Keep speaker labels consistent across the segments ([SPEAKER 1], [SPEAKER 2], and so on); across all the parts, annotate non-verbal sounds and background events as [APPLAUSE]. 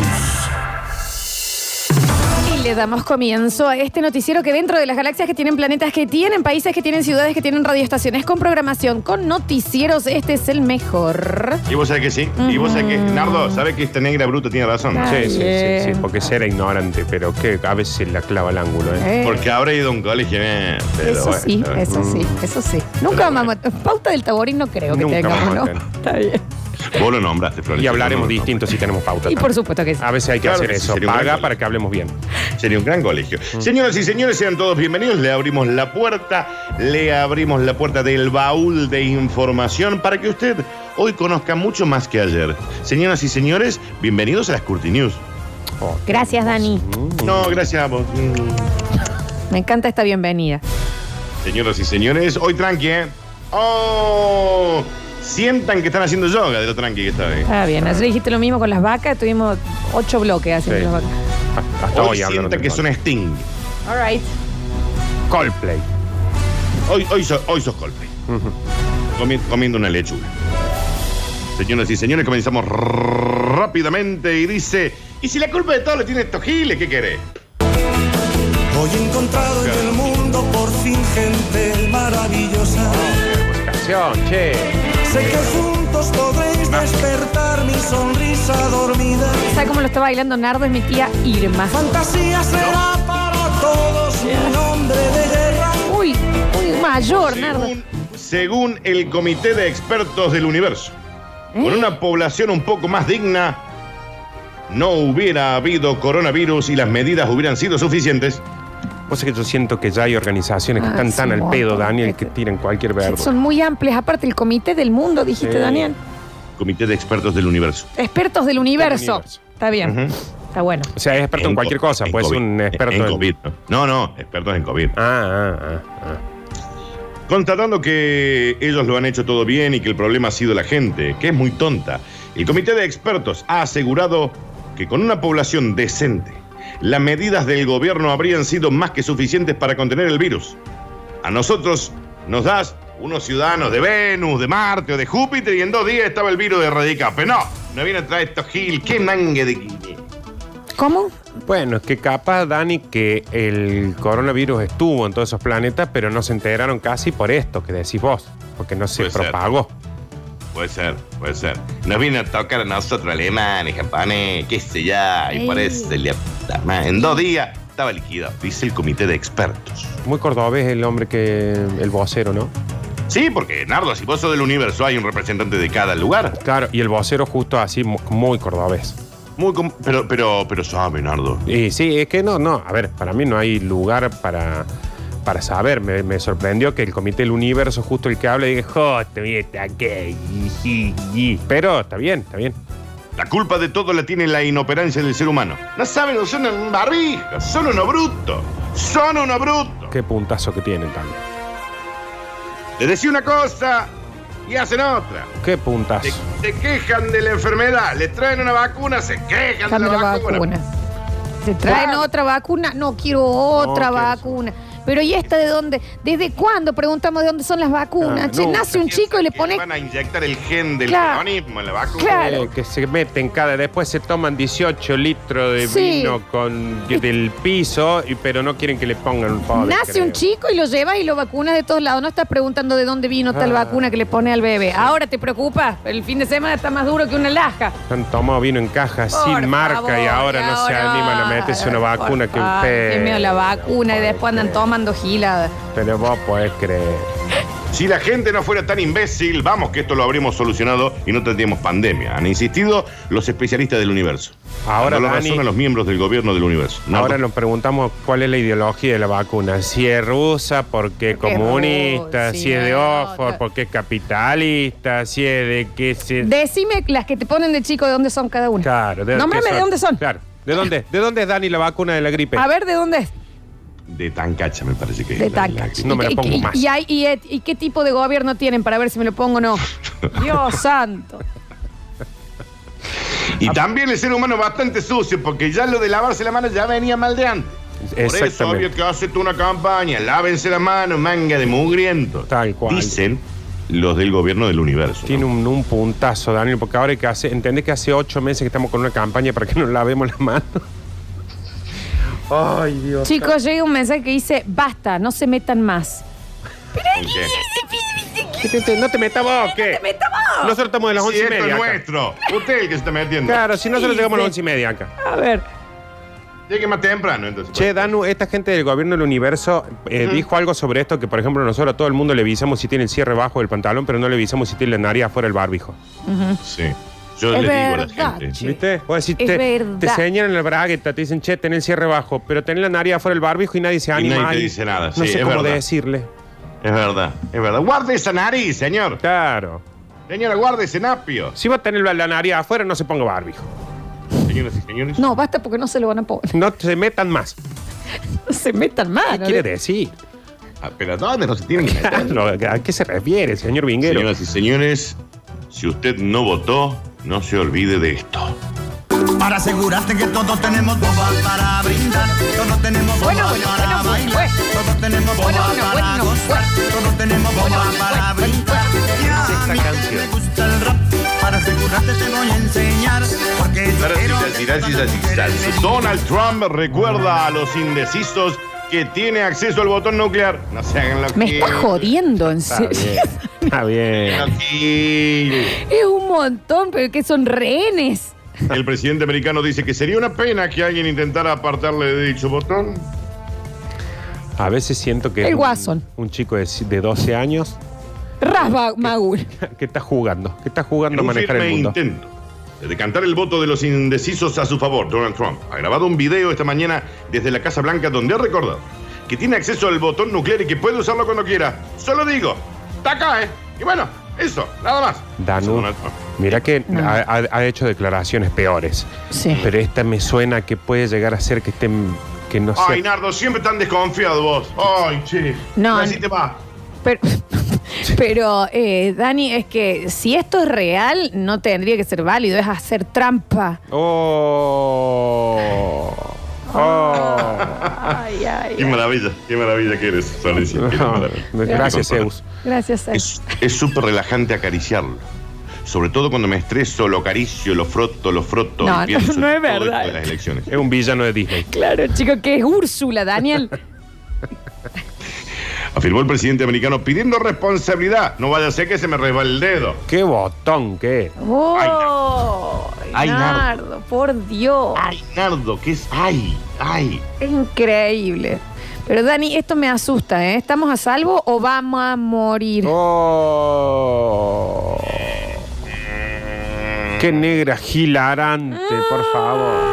[SPEAKER 1] Y le damos comienzo a este noticiero que dentro de las galaxias que tienen planetas, que tienen países, que tienen ciudades, que tienen radioestaciones, con programación, con noticieros, este es el mejor.
[SPEAKER 2] Y vos sabés que sí. Y vos sabés que, Nardo, sabés que esta negra bruta tiene razón.
[SPEAKER 1] Ah.
[SPEAKER 3] Sí, sí, sí,
[SPEAKER 1] Bien.
[SPEAKER 3] sí, porque será ignorante, pero que a veces la clava al ángulo,
[SPEAKER 1] Eh,
[SPEAKER 3] ¿eh?
[SPEAKER 2] Porque habrá ido a un colegio. eh, pero
[SPEAKER 1] eso
[SPEAKER 2] bueno,
[SPEAKER 1] sí,
[SPEAKER 2] está bien.
[SPEAKER 1] eso sí, eso sí. Nunca vamos a... Pauta del taborín no creo que
[SPEAKER 3] Mm. Nunca
[SPEAKER 1] tengamos,
[SPEAKER 3] vamos a
[SPEAKER 1] ¿no?
[SPEAKER 3] tener.
[SPEAKER 1] Está bien.
[SPEAKER 2] Vos lo nombraste, Florencia.
[SPEAKER 3] Y hablaremos
[SPEAKER 2] Vos lo nombraste.
[SPEAKER 3] distinto si tenemos pauta.
[SPEAKER 1] Y por
[SPEAKER 3] también.
[SPEAKER 1] supuesto que sí.
[SPEAKER 3] A veces hay que
[SPEAKER 2] Claro
[SPEAKER 3] hacer
[SPEAKER 2] que sí,
[SPEAKER 3] eso.
[SPEAKER 2] sería un
[SPEAKER 3] Paga
[SPEAKER 2] regalo.
[SPEAKER 3] para que hablemos bien.
[SPEAKER 2] Sería un gran colegio. Señoras y señores, sean todos bienvenidos. Le abrimos la puerta, le abrimos la puerta del baúl de información para que usted hoy conozca mucho más que ayer. Señoras y señores, bienvenidos a las Curti News.
[SPEAKER 3] Oh,
[SPEAKER 1] Gracias, Dani.
[SPEAKER 3] Mm.
[SPEAKER 2] No, gracias a vos. Mm.
[SPEAKER 1] Me encanta esta bienvenida.
[SPEAKER 2] Señoras y señores, hoy tranqui, ¿eh? ¡Oh! Sientan que están haciendo yoga de lo tranqui que está ahí.
[SPEAKER 1] Está bien. Ayer dijiste lo mismo con las vacas, tuvimos ocho bloques
[SPEAKER 3] sí.
[SPEAKER 1] haciendo las vacas.
[SPEAKER 3] Ah, Hasta
[SPEAKER 2] Hoy
[SPEAKER 3] hoy hablaron
[SPEAKER 2] sientan
[SPEAKER 3] del
[SPEAKER 2] que son Sting.
[SPEAKER 1] All right.
[SPEAKER 3] Coldplay.
[SPEAKER 2] Hoy, hoy, so- hoy sos Coldplay.
[SPEAKER 3] Ujú.
[SPEAKER 2] Comi- comiendo una lechuga. Señoras y señores, comenzamos rrr- rápidamente y dice, ¿y si la culpa de todo lo tiene estos giles? ¿Qué querés?
[SPEAKER 4] Hoy he encontrado en el mundo por fin gente maravillosa.
[SPEAKER 3] Canción, che.
[SPEAKER 4] Sé que juntos podréis despertar mi sonrisa dormida.
[SPEAKER 1] ¿Sabes cómo lo está bailando Nardo? Es mi tía Irma.
[SPEAKER 4] Fantasía será para todos un hombre de guerra.
[SPEAKER 1] Uy, uy, mayor, Nardo.
[SPEAKER 2] Según, según el Comité de Expertos del Universo, con una población un poco más digna, no hubiera habido coronavirus y las medidas hubieran sido suficientes.
[SPEAKER 3] Vos sabés que yo siento que ya hay organizaciones que
[SPEAKER 1] Ah,
[SPEAKER 3] están
[SPEAKER 1] sí,
[SPEAKER 3] tan
[SPEAKER 1] un
[SPEAKER 3] al pedo,
[SPEAKER 1] montón.
[SPEAKER 3] Daniel, que tiran cualquier verbo.
[SPEAKER 1] Son muy amplias. Aparte, el comité del mundo, dijiste,
[SPEAKER 3] Sí.
[SPEAKER 1] Daniel.
[SPEAKER 2] Comité de Expertos del Universo.
[SPEAKER 1] Expertos del universo.
[SPEAKER 3] universo.
[SPEAKER 1] Está bien.
[SPEAKER 2] Ujú.
[SPEAKER 1] Está bueno.
[SPEAKER 3] O sea, es experto en,
[SPEAKER 2] En
[SPEAKER 3] cualquier
[SPEAKER 2] co-
[SPEAKER 3] cosa.
[SPEAKER 2] en
[SPEAKER 3] Puede ser
[SPEAKER 2] COVID.
[SPEAKER 3] un experto
[SPEAKER 2] en,
[SPEAKER 3] en-
[SPEAKER 2] COVID. ¿no? no, no, expertos en COVID.
[SPEAKER 3] Ah, ah, ah,
[SPEAKER 2] Constatando que ellos lo han hecho todo bien y que el problema ha sido la gente, que es muy tonta, el comité de expertos ha asegurado que con una población decente, las medidas del gobierno habrían sido más que suficientes para contener el virus. A nosotros nos das unos ciudadanos de Venus, de Marte o de Júpiter y en dos días estaba el virus erradicado. Pero no, no viene a traer estos gil, qué mangue de...
[SPEAKER 1] ¿Cómo?
[SPEAKER 3] ah. Bueno, es que capaz, Dani, que el coronavirus estuvo en todos esos planetas, pero no se enteraron casi por esto que decís vos, porque no se
[SPEAKER 2] Puede ser.
[SPEAKER 3] propagó.
[SPEAKER 2] Puede ser, puede ser. Nos vino a tocar a nosotros alemanes, japoneses, qué sé ya, y por
[SPEAKER 1] Ey.
[SPEAKER 2] eso le puta madre. En dos días estaba liquidado, dice el comité de expertos.
[SPEAKER 3] Muy cordobés el hombre que. el vocero, ¿no?
[SPEAKER 2] Sí, porque, Nardo, si vos sos del universo, hay un representante de cada lugar.
[SPEAKER 3] Claro, y el vocero justo así, mu- muy cordobés.
[SPEAKER 2] Muy com- pero, pero, pero sabe, Nardo.
[SPEAKER 3] Y sí, es que no, no, a ver, para mí no hay lugar para, para saber. Me, me sorprendió que el Comité del Universo, justo el que habla, diga, joder, mira, qué, y, y, y". Pero está bien, está bien.
[SPEAKER 2] La culpa de todo la tiene la inoperancia del ser humano. No saben, no son un barbijo, son unos brutos. Son unos brutos.
[SPEAKER 3] Qué puntazo que tienen también.
[SPEAKER 2] Les decía una cosa y hacen otra.
[SPEAKER 3] Qué
[SPEAKER 2] Se,
[SPEAKER 3] puntazo.
[SPEAKER 2] se quejan de la enfermedad, les traen una vacuna, se quejan de
[SPEAKER 1] Cambio
[SPEAKER 2] la,
[SPEAKER 1] la
[SPEAKER 2] vacuna.
[SPEAKER 1] vacuna. ¿Se traen otra vacuna? No, quiero otra
[SPEAKER 3] quiero eso.
[SPEAKER 1] vacuna. Pero ¿y esta de dónde? ¿Desde cuándo? Preguntamos de dónde son las vacunas.
[SPEAKER 3] Ah,
[SPEAKER 1] Che,
[SPEAKER 3] nunca.
[SPEAKER 1] nace un chico y le
[SPEAKER 2] Que
[SPEAKER 1] pone...
[SPEAKER 2] Van a inyectar el gen del
[SPEAKER 1] Claro.
[SPEAKER 2] peronismo en la vacuna.
[SPEAKER 1] Claro.
[SPEAKER 3] Eh, que se meten cada. Después se toman 18 litros de
[SPEAKER 1] Sí.
[SPEAKER 3] vino con, que- del piso, y, pero no quieren que le pongan un poder,
[SPEAKER 1] Nace un
[SPEAKER 3] creo.
[SPEAKER 1] chico y lo lleva y lo vacuna de todos lados. No estás preguntando de dónde vino tal
[SPEAKER 3] Ah.
[SPEAKER 1] vacuna que le pone al bebé. Ahora te preocupa. El fin de semana está más duro que una laja.
[SPEAKER 3] Han tomado vino en caja
[SPEAKER 1] Por
[SPEAKER 3] sin marca y
[SPEAKER 1] favor,
[SPEAKER 3] ahora no se
[SPEAKER 1] ahora.
[SPEAKER 3] animan a meterse una
[SPEAKER 1] Por
[SPEAKER 3] vacuna que un
[SPEAKER 1] favor,
[SPEAKER 3] pe-
[SPEAKER 1] que meo la vacuna y después andan tomando giladas.
[SPEAKER 3] Pero vos podés creer.
[SPEAKER 2] Si la gente no fuera tan imbécil, vamos que esto lo habríamos solucionado y no tendríamos pandemia. Han insistido los especialistas del universo.
[SPEAKER 3] Ahora,
[SPEAKER 2] no lo
[SPEAKER 3] Dani-
[SPEAKER 2] razonan los miembros del gobierno del universo. No,
[SPEAKER 3] Ahora
[SPEAKER 2] no.
[SPEAKER 3] nos preguntamos cuál es la ideología de la vacuna. Si es rusa porque es
[SPEAKER 1] Porque es
[SPEAKER 3] comunista,
[SPEAKER 1] rusa,
[SPEAKER 3] si es de Oxford
[SPEAKER 1] otra.
[SPEAKER 3] porque es capitalista, si es de qué se...
[SPEAKER 1] Decime las que te ponen de chico de dónde son cada una.
[SPEAKER 3] Claro,
[SPEAKER 1] Nómbrame
[SPEAKER 3] qué
[SPEAKER 1] de dónde son.
[SPEAKER 3] Claro. ¿De dónde? ¿De dónde es Dani la vacuna de la gripe?
[SPEAKER 1] A ver de dónde es.
[SPEAKER 2] de Tancacha, me parece que es.
[SPEAKER 1] De
[SPEAKER 2] la- la-
[SPEAKER 1] Tancacha.
[SPEAKER 3] No me la
[SPEAKER 1] ¿Y- y-
[SPEAKER 3] pongo
[SPEAKER 1] y-
[SPEAKER 3] más.
[SPEAKER 1] Y, hay- y et- y qué tipo de gobierno tienen para ver si me lo pongo o
[SPEAKER 3] [LAUGHS]
[SPEAKER 1] no? Dios santo.
[SPEAKER 2] Y también el ser humano bastante sucio, porque ya lo de lavarse la mano ya venía mal de antes. Por eso,
[SPEAKER 3] Exactamente.
[SPEAKER 2] obvio que hace tú una campaña, lávense la mano, manga de mugriento.
[SPEAKER 3] Tal cual.
[SPEAKER 2] Dicen los del gobierno del universo.
[SPEAKER 3] Tiene
[SPEAKER 2] ¿no?
[SPEAKER 3] un, un puntazo, Daniel, porque ahora que hace, entendés que hace ocho meses que estamos con una campaña para que nos lavemos
[SPEAKER 1] [LAUGHS]
[SPEAKER 3] las manos. [LAUGHS] Ay, Dios.
[SPEAKER 1] Chicos, llega un mensaje que dice, basta, no se metan más.
[SPEAKER 2] ¿En qué?
[SPEAKER 3] No te metas vos, ¿qué?
[SPEAKER 1] ¡Me estamos!
[SPEAKER 3] Nosotros estamos de las
[SPEAKER 2] Si
[SPEAKER 3] once y
[SPEAKER 2] esto
[SPEAKER 3] media.
[SPEAKER 2] es
[SPEAKER 3] acá.
[SPEAKER 2] nuestro. Usted es el que se está metiendo.
[SPEAKER 3] Claro, si nosotros
[SPEAKER 1] Sí,
[SPEAKER 3] llegamos a las
[SPEAKER 1] sí.
[SPEAKER 3] once y media acá.
[SPEAKER 1] A ver.
[SPEAKER 2] Llegue más temprano, entonces. pues.
[SPEAKER 3] Che, Danu, esta gente del gobierno del universo eh, dijo algo sobre esto que, por ejemplo, nosotros a todo el mundo le avisamos si tiene el cierre bajo del pantalón, pero no le avisamos si tiene la nariz afuera del barbijo.
[SPEAKER 2] Sí. Yo
[SPEAKER 1] Es
[SPEAKER 2] le digo a la
[SPEAKER 1] verdad,
[SPEAKER 2] gente.
[SPEAKER 1] che.
[SPEAKER 3] ¿Viste? Vos decís,
[SPEAKER 1] Es
[SPEAKER 3] te,
[SPEAKER 1] verdad.
[SPEAKER 3] te señalan la bragueta, te dicen, che, tenés el cierre bajo, pero tenés la nariz afuera del barbijo y nadie se anima.
[SPEAKER 2] nadie te
[SPEAKER 3] ahí.
[SPEAKER 2] dice nada,
[SPEAKER 3] No
[SPEAKER 2] sí,
[SPEAKER 3] sé
[SPEAKER 2] es
[SPEAKER 3] cómo
[SPEAKER 2] verdad.
[SPEAKER 3] decirle.
[SPEAKER 2] Es verdad, es verdad. Guarde esa nariz, señor.
[SPEAKER 3] Claro.
[SPEAKER 2] Señora, guarde ese napio.
[SPEAKER 3] Si va a tener la, la nariz afuera, no se ponga barbijo.
[SPEAKER 2] Señoras y señores.
[SPEAKER 1] No, basta porque no se lo van a poner.
[SPEAKER 3] No se metan más.
[SPEAKER 1] [LAUGHS] No se metan más.
[SPEAKER 3] ¿Qué
[SPEAKER 1] ¿no?
[SPEAKER 3] quiere decir? [LAUGHS]
[SPEAKER 2] Ah, pero ¿a ¿dónde no se tienen
[SPEAKER 1] [LAUGHS]
[SPEAKER 2] que meter?
[SPEAKER 3] Claro, ¿A qué se refiere, señor Vinguero?
[SPEAKER 2] Señoras y señores, si usted no votó, no se olvide de esto.
[SPEAKER 4] Para asegurarte que todos tenemos boba para brindar, todos tenemos boba
[SPEAKER 1] Bueno, bueno, bueno,
[SPEAKER 4] para
[SPEAKER 1] bueno,
[SPEAKER 4] bailar,
[SPEAKER 1] bueno.
[SPEAKER 4] todos tenemos boba
[SPEAKER 1] Bueno, bueno,
[SPEAKER 4] para
[SPEAKER 1] bueno,
[SPEAKER 4] gozar, todos tenemos boba
[SPEAKER 1] bueno,
[SPEAKER 4] para
[SPEAKER 1] bueno,
[SPEAKER 4] brindar. Y a
[SPEAKER 3] Sexta
[SPEAKER 4] mí que
[SPEAKER 3] canción.
[SPEAKER 4] me gusta el rap, para asegurarte te voy a enseñar, porque yo quiero que todas las mujeres me
[SPEAKER 2] Donald Trump recuerda a los indecisos que tiene acceso al botón nuclear. No se hagan lo
[SPEAKER 1] Me
[SPEAKER 2] que-
[SPEAKER 1] está jodiendo, en serio.
[SPEAKER 3] Está bien.
[SPEAKER 2] Tranquilo.
[SPEAKER 1] [LAUGHS] Es un montón, pero que son rehenes.
[SPEAKER 3] [LAUGHS]
[SPEAKER 2] El presidente americano dice que sería una pena que alguien intentara apartarle de dicho botón.
[SPEAKER 3] A veces siento que.
[SPEAKER 1] El
[SPEAKER 3] es un-
[SPEAKER 1] Guasón.
[SPEAKER 3] Un, chico de, de 12 años [LAUGHS]
[SPEAKER 2] Eh,
[SPEAKER 1] Rasba, Magur.
[SPEAKER 3] que está jugando. Que está jugando a
[SPEAKER 2] En un
[SPEAKER 3] manejar el
[SPEAKER 2] firme
[SPEAKER 3] mundo.
[SPEAKER 2] intento de decantar el voto de los indecisos a su favor, Donald Trump ha grabado un video esta mañana desde la Casa Blanca donde ha recordado que tiene acceso al botón nuclear y que puede usarlo cuando quiera. Solo digo, está acá, ¿eh? Y bueno, eso, nada más. Eso,
[SPEAKER 3] Danu,
[SPEAKER 2] Donald Trump.
[SPEAKER 3] mira que ha, ha- ha hecho declaraciones peores.
[SPEAKER 1] Sí.
[SPEAKER 3] Pero esta me suena que puede llegar a ser que estén. Que no
[SPEAKER 2] Ay,
[SPEAKER 3] sé.
[SPEAKER 2] Nardo, siempre tan desconfiado vos. Ay, che.
[SPEAKER 1] No,
[SPEAKER 2] Así
[SPEAKER 1] no.
[SPEAKER 2] te va. [LAUGHS]
[SPEAKER 1] Pero, pero eh, Dani, es que si esto es real, no tendría que ser válido, es hacer trampa.
[SPEAKER 3] Oh. Oh.
[SPEAKER 1] Ay, ay,
[SPEAKER 2] Qué maravilla, qué maravilla que eres, Florencia.
[SPEAKER 3] [LAUGHS]
[SPEAKER 2] qué maravilla.
[SPEAKER 3] Gracias, Zeus.
[SPEAKER 1] Gracias, Sara.
[SPEAKER 2] Es es súper relajante acariciarlo. Sobre todo cuando me estreso, lo acaricio, lo froto, lo froto.
[SPEAKER 1] No,
[SPEAKER 2] y pienso
[SPEAKER 1] no, no
[SPEAKER 2] en
[SPEAKER 1] es
[SPEAKER 2] todo esto
[SPEAKER 1] verdad.
[SPEAKER 2] de las elecciones.
[SPEAKER 3] Es un villano de Disney.
[SPEAKER 1] Claro, chico, que es Úrsula,
[SPEAKER 2] [LAUGHS]
[SPEAKER 1] Daniel.
[SPEAKER 2] Afirmó el presidente americano pidiendo responsabilidad. No vaya a ser que se me resbale el dedo.
[SPEAKER 3] Qué botón que es.
[SPEAKER 1] ¡Oh!
[SPEAKER 2] Ay, Ah. Nardo.
[SPEAKER 1] Nardo, por Dios.
[SPEAKER 2] Ay, Nardo, ¿qué es? Ay, ay.
[SPEAKER 1] Es increíble. Pero Dani, esto me asusta, ¿eh? ¿Estamos a salvo o vamos a morir?
[SPEAKER 3] Oh. Qué negra hilarante, por favor.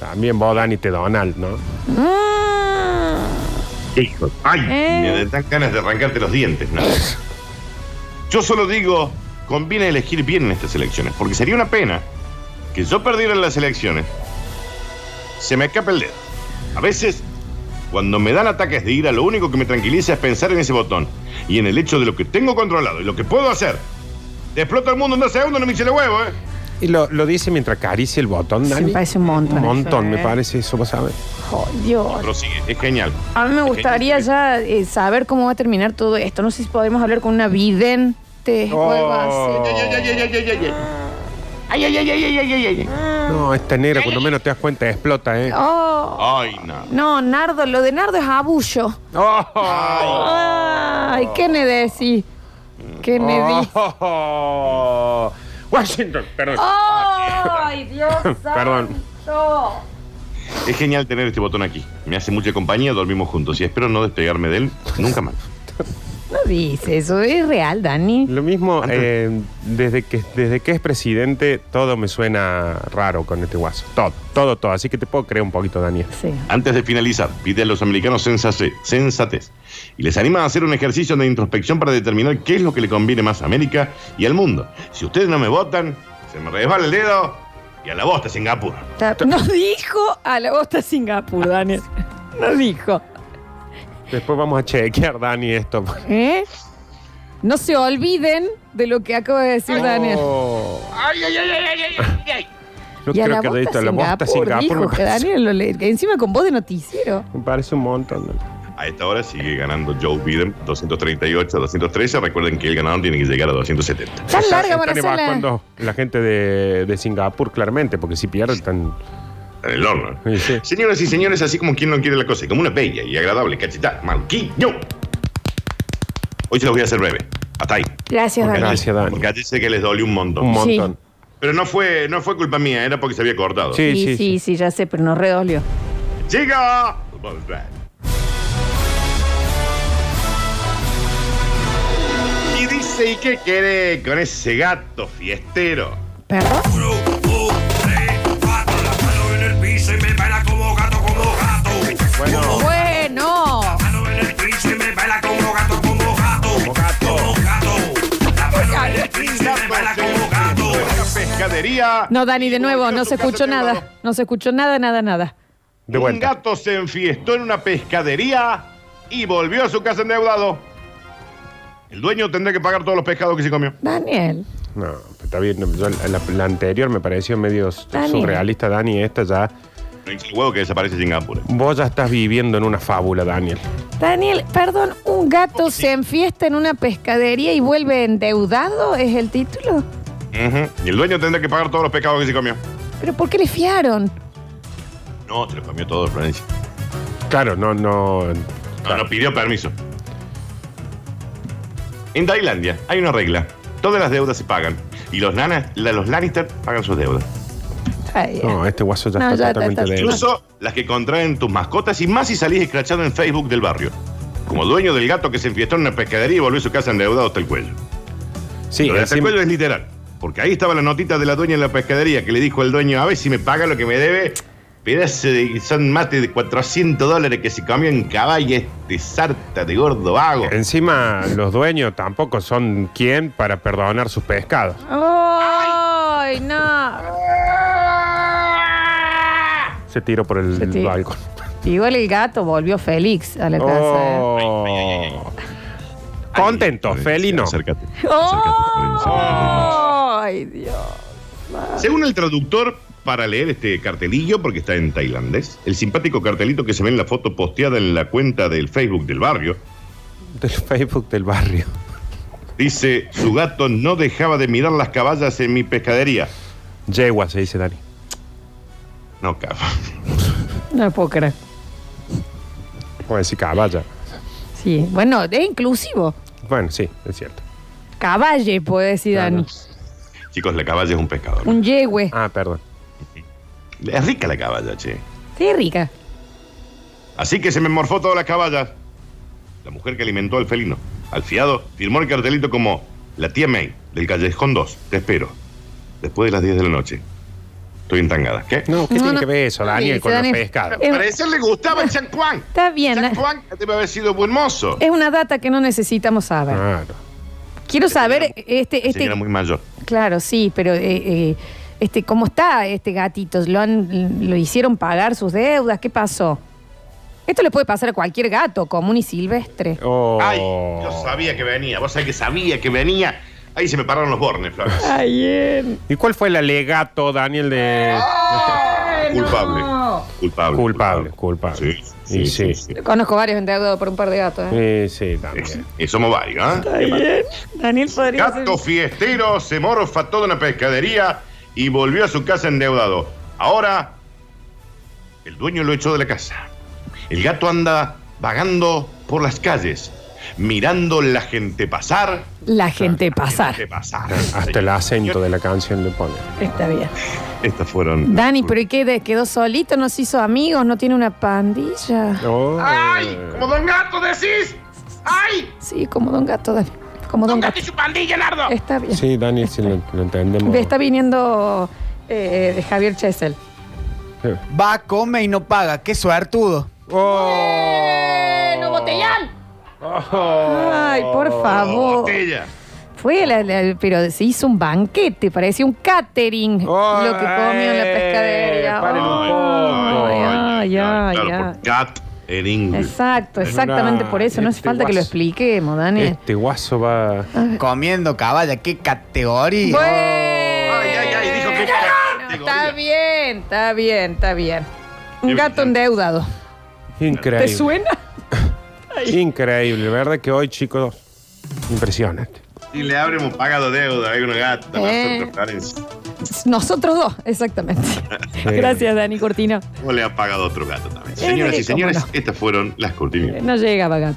[SPEAKER 3] También vos, Dani, te Donald, ¿no?
[SPEAKER 1] Mm.
[SPEAKER 2] Hijo, Ay,
[SPEAKER 1] Eh.
[SPEAKER 2] me dan tan ganas de arrancarte los dientes, Nardo. Yo solo digo, conviene elegir bien en estas elecciones, porque sería una pena que yo perdiera en las elecciones. Se me escapa el dedo. A veces, cuando me dan ataques de ira, lo único que me tranquiliza es pensar en ese botón y en el hecho de lo que tengo controlado y lo que puedo hacer. Te explota el mundo en dos segundos, no me hice el huevo, ¿eh?
[SPEAKER 3] Y lo, lo dice mientras acaricia el botón,
[SPEAKER 1] Sí,
[SPEAKER 3] Dani.
[SPEAKER 1] me parece un montón.
[SPEAKER 3] Un montón,
[SPEAKER 1] eso,
[SPEAKER 3] me
[SPEAKER 1] ¿eh?
[SPEAKER 3] parece eso, vos sabés.
[SPEAKER 1] Oh, Dios.
[SPEAKER 2] Pero sí, es genial.
[SPEAKER 1] A mí me gustaría ya eh, saber cómo va a terminar todo esto. No sé si podemos hablar con una vidente o algo
[SPEAKER 3] Oh.
[SPEAKER 1] así.
[SPEAKER 2] Ay, ay, ay, ay, ay, ay, ay, ay.
[SPEAKER 3] Oh, No, este esta negra, cuando menos te das cuenta, explota, ¿eh?
[SPEAKER 1] Oh.
[SPEAKER 2] Ay, Nardo.
[SPEAKER 1] No, Nardo, lo de Nardo es abullo.
[SPEAKER 3] Oh.
[SPEAKER 1] Ay, ¿qué me decís? ¿Qué me di?
[SPEAKER 3] Oh. [LAUGHS] Washington, perdón.
[SPEAKER 1] ¡Ay, Dios
[SPEAKER 3] [LAUGHS] Perdón.
[SPEAKER 1] santo!
[SPEAKER 2] Es genial tener este botón aquí. Me hace mucha compañía, dormimos juntos y espero no despegarme de él nunca más.
[SPEAKER 1] No dice eso, es real, Dani.
[SPEAKER 3] Lo mismo, eh, desde, que, desde que es presidente, todo me suena raro con este guaso. Todo, todo, todo. Así que te puedo creer un poquito, Daniel.
[SPEAKER 1] Sí.
[SPEAKER 2] Antes de finalizar, pide a los americanos sensace- sensatez y les anima a hacer un ejercicio de introspección para determinar qué es lo que le conviene más a América y al mundo. Si ustedes no me votan, se me resbala el dedo, y a la bosta Singapur.
[SPEAKER 1] Ta- No dijo a la bosta Singapur, Daniel. No dijo.
[SPEAKER 3] Después vamos a chequear, Dani, esto.
[SPEAKER 1] ¿Eh? No se olviden de lo que acaba de decir Daniel.
[SPEAKER 3] Oh. No
[SPEAKER 1] y a
[SPEAKER 3] creo
[SPEAKER 1] la
[SPEAKER 3] que
[SPEAKER 1] bosta
[SPEAKER 3] haya visto la bosta
[SPEAKER 1] Singapur,
[SPEAKER 3] Singapur.
[SPEAKER 1] dijo
[SPEAKER 3] me,
[SPEAKER 1] que
[SPEAKER 3] parece,
[SPEAKER 1] Daniel lo le- que encima con voz de noticiero.
[SPEAKER 3] me parece un montón.
[SPEAKER 2] A esta hora sigue ganando Joe Biden 238 a 213. Recuerden que el ganador tiene que llegar a 270.
[SPEAKER 1] Tan
[SPEAKER 3] Está-
[SPEAKER 1] larga para hacer
[SPEAKER 3] Están
[SPEAKER 1] la-
[SPEAKER 3] evacuando la gente de, de Singapur, claramente, porque si pierden, están.
[SPEAKER 2] En el horno.
[SPEAKER 3] Sí, sí.
[SPEAKER 2] Señoras y señores, así como quien no quiere la cosa, y como una bella y agradable cachetada, Malquiño. Hoy se los voy a hacer breve. Hasta ahí.
[SPEAKER 1] Gracias,
[SPEAKER 3] Porque
[SPEAKER 1] Daniel.
[SPEAKER 3] Gracias, Dani.
[SPEAKER 2] Porque ya sé que les dolió un montón.
[SPEAKER 3] Un
[SPEAKER 1] Sí.
[SPEAKER 3] montón.
[SPEAKER 2] Pero no fue, no fue culpa mía, era porque se había cortado.
[SPEAKER 3] Sí, sí, sí.
[SPEAKER 1] ya sé, pero no redolió.
[SPEAKER 2] ¡Llega! Vamos, va. Y dice, ¿y qué quiere con ese gato fiestero?
[SPEAKER 1] ¿Perro?
[SPEAKER 4] Uno, dos, tres, cuatro, las manos en el piso y me baila como gato, como gato.
[SPEAKER 3] Bueno,
[SPEAKER 1] Bueno,
[SPEAKER 4] Mano en el piso y me baila como gato, como gato. Como gato. Como gato. La mano en el piso y me baila como gato.
[SPEAKER 2] Una pescadería.
[SPEAKER 1] no, Dani, de nuevo, no se escuchó nada. No se escuchó nada, nada, nada.
[SPEAKER 3] de
[SPEAKER 2] un
[SPEAKER 3] vuelta.
[SPEAKER 2] gato se enfiestó en una pescadería y volvió a su casa endeudado. El dueño tendrá que pagar todos los pescados que se comió.
[SPEAKER 1] Daniel,
[SPEAKER 3] No, está bien. yo la, la- la anterior me pareció medio
[SPEAKER 1] Dani.
[SPEAKER 3] surrealista, Dani. Esta ya.
[SPEAKER 2] No hinche el huevo que desaparece Singapur.
[SPEAKER 3] Vos ya estás viviendo en una fábula, Daniel.
[SPEAKER 1] Daniel, perdón, ¿un gato se enfiesta en una pescadería y vuelve endeudado? ¿Es el título?
[SPEAKER 2] Ujú. Y el dueño tendrá que pagar todos los pescados que se comió.
[SPEAKER 1] ¿Pero por qué le fiaron?
[SPEAKER 2] No, se los comió todos, Florencia.
[SPEAKER 3] Claro, no, no.
[SPEAKER 2] No, no pidió permiso. En Tailandia hay una regla. Todas las deudas se pagan. Y los, nanas, la- los Lannister pagan sus deudas.
[SPEAKER 1] Ay,
[SPEAKER 3] No, este guaso ya
[SPEAKER 1] No,
[SPEAKER 3] está
[SPEAKER 1] ya está,
[SPEAKER 3] totalmente
[SPEAKER 1] está.
[SPEAKER 3] de.
[SPEAKER 2] Incluso las que contraen tus mascotas y más si salís escrachado en Facebook del barrio. Como dueño del gato que se enfiestó en una pescadería y volvió a su casa endeudado hasta el cuello.
[SPEAKER 3] Sí,
[SPEAKER 2] Lo de hasta el
[SPEAKER 3] encima-
[SPEAKER 2] cuello es literal. Porque ahí estaba la notita de la dueña de la pescadería que le dijo al dueño, a ver si me paga lo que me debe. Pedazo de, son mate de 400 dólares que se comió en caballo este sarta de gordo vago.
[SPEAKER 3] encima los dueños tampoco son quien para perdonar sus pescados.
[SPEAKER 1] ¡Ay, no!
[SPEAKER 3] Se tiró por el
[SPEAKER 1] Se tiró.
[SPEAKER 3] balcón.
[SPEAKER 1] Igual el gato volvió Félix a la casa. ¿eh?
[SPEAKER 3] Oh. Contento,
[SPEAKER 2] Florencia,
[SPEAKER 3] felino.
[SPEAKER 2] Acércate.
[SPEAKER 1] ¡Oh! ¡Ay, Dios!
[SPEAKER 2] Según el traductor, para leer este cartelillo, porque está en tailandés, el simpático cartelito que se ve en la foto posteada en la cuenta del Facebook del barrio,
[SPEAKER 3] Del Facebook del barrio.
[SPEAKER 2] dice, su gato no dejaba de mirar las caballas en mi pescadería.
[SPEAKER 3] Yegua, se dice Dani.
[SPEAKER 2] No, cabrón.
[SPEAKER 1] No lo puedo creer.
[SPEAKER 3] O decir caballa.
[SPEAKER 1] Sí. Bueno, es inclusivo.
[SPEAKER 3] Bueno, sí, es cierto.
[SPEAKER 1] Caballe, puede decir
[SPEAKER 3] Claro.
[SPEAKER 1] Dani.
[SPEAKER 2] [LAUGHS] Chicos, la caballa es un pescador.
[SPEAKER 1] Un yegüe.
[SPEAKER 3] Ah, perdón.
[SPEAKER 2] Es rica la caballa, che.
[SPEAKER 1] Sí, rica.
[SPEAKER 2] Así que se me morfó todas las caballas. La mujer que alimentó al felino, al fiado, firmó el cartelito como la tía May, del Callejón 2. Te espero. Después de las 10 de la noche. Estoy entangada. ¿Qué?
[SPEAKER 3] No, ¿qué
[SPEAKER 1] No,
[SPEAKER 3] tiene
[SPEAKER 1] no.
[SPEAKER 3] que ver eso,
[SPEAKER 1] No,
[SPEAKER 3] Daniel,
[SPEAKER 1] dice
[SPEAKER 3] con los
[SPEAKER 1] Daniel.
[SPEAKER 3] pescados?
[SPEAKER 1] Eh,
[SPEAKER 2] Parecer le gustaba el San Juan.
[SPEAKER 1] Está bien.
[SPEAKER 2] San
[SPEAKER 1] ¿eh?
[SPEAKER 2] Juan debe haber sido buen mozo.
[SPEAKER 1] Es una data que no necesitamos saber.
[SPEAKER 3] Claro.
[SPEAKER 1] Quiero saber este, este,
[SPEAKER 2] Señora Ah. muy mayor.
[SPEAKER 1] claro, sí, pero eh, eh, este, ¿cómo está este gatito? ¿Lo, han- ¿Lo hicieron pagar sus deudas? ¿Qué pasó? Esto le puede pasar a cualquier gato, común y silvestre.
[SPEAKER 3] Oh.
[SPEAKER 2] Ay, yo sabía que venía. Vos sabés que sabía que venía. Ahí se me pararon los bornes, Flores.
[SPEAKER 3] ¿Y cuál fue el alegato, Daniel, de.
[SPEAKER 2] culpable. Culpable.
[SPEAKER 3] Culpable, culpable.
[SPEAKER 2] Sí, sí,
[SPEAKER 3] Y
[SPEAKER 2] sí.
[SPEAKER 3] sí.
[SPEAKER 2] sí.
[SPEAKER 1] Conozco varios endeudados por un par de gatos. ¿eh?
[SPEAKER 3] Sí, sí,
[SPEAKER 2] Es-
[SPEAKER 3] también.
[SPEAKER 2] y somos varios, ¿eh?
[SPEAKER 1] Daniel podría ser-
[SPEAKER 2] Gato fiestero se morfa toda una pescadería y volvió a su casa endeudado. Ahora, el dueño lo echó de la casa. El gato anda vagando por las calles, mirando la gente pasar.
[SPEAKER 1] La gente pasar.
[SPEAKER 2] Gente pasar.
[SPEAKER 3] Hasta el acento de la canción le pone.
[SPEAKER 1] Está bien.
[SPEAKER 2] Estas fueron.
[SPEAKER 1] Dani, pero ¿y qué? de- ¿Quedó solito? ¿No se hizo amigos? ¿No tiene una pandilla?
[SPEAKER 3] Oh.
[SPEAKER 5] ¡Ay! ¡Como don gato decís! ¡Ay!
[SPEAKER 1] Sí, como Don Gato, Dani. Como
[SPEAKER 5] ¡Don
[SPEAKER 1] Don
[SPEAKER 5] gato
[SPEAKER 1] Gato.
[SPEAKER 5] y su pandilla, Nardo!
[SPEAKER 1] Está bien.
[SPEAKER 3] Sí, Dani, sí lo, lo entendemos.
[SPEAKER 1] Ve, Está viniendo eh, eh, Javier Chesel.
[SPEAKER 6] Va, come y no paga. Qué suertudo.
[SPEAKER 3] Oh. Oh.
[SPEAKER 1] ¡No, botellán! Ay, por favor.
[SPEAKER 2] Botella.
[SPEAKER 1] Fue, la- la- pero se hizo un banquete, parecía un catering
[SPEAKER 3] Oh,
[SPEAKER 1] lo que comió en la
[SPEAKER 3] eh,
[SPEAKER 1] pescadería.
[SPEAKER 3] paren un
[SPEAKER 1] Ay,
[SPEAKER 3] poco.
[SPEAKER 1] ay, ay,
[SPEAKER 2] claro,
[SPEAKER 1] ay.
[SPEAKER 2] por Cat Ering.
[SPEAKER 1] Exacto, exactamente
[SPEAKER 3] Una-
[SPEAKER 1] por eso. No hace
[SPEAKER 3] este
[SPEAKER 1] falta que lo
[SPEAKER 3] guaso.
[SPEAKER 1] expliquemos, Daniel.
[SPEAKER 3] Este guaso va.
[SPEAKER 1] Ah.
[SPEAKER 6] Comiendo caballa, qué categoría.
[SPEAKER 1] Bueno.
[SPEAKER 2] Ay, ay, ay, dijo que-
[SPEAKER 1] Bueno,
[SPEAKER 2] Digo,
[SPEAKER 1] Está
[SPEAKER 2] mira.
[SPEAKER 1] bien, está bien, está bien. Un
[SPEAKER 2] Qué
[SPEAKER 1] gato
[SPEAKER 2] brillante.
[SPEAKER 1] endeudado. ¿Te
[SPEAKER 3] Increíble.
[SPEAKER 1] suena?
[SPEAKER 3] Increíble. La verdad que hoy, chicos, impresionante.
[SPEAKER 2] Y le habremos pagado deuda a algunos gatos.
[SPEAKER 1] Eh.
[SPEAKER 2] nosotros, Florencia.
[SPEAKER 1] Nosotros dos,
[SPEAKER 2] [LAUGHS]
[SPEAKER 1] exactamente. Gracias, Dani Cortino.
[SPEAKER 2] ¿Cómo le ha pagado otro gato también?
[SPEAKER 1] Eh,
[SPEAKER 2] Señoras y
[SPEAKER 1] cómo
[SPEAKER 2] señores,
[SPEAKER 1] no.
[SPEAKER 2] estas fueron las cortinas.
[SPEAKER 1] No llegaba gato.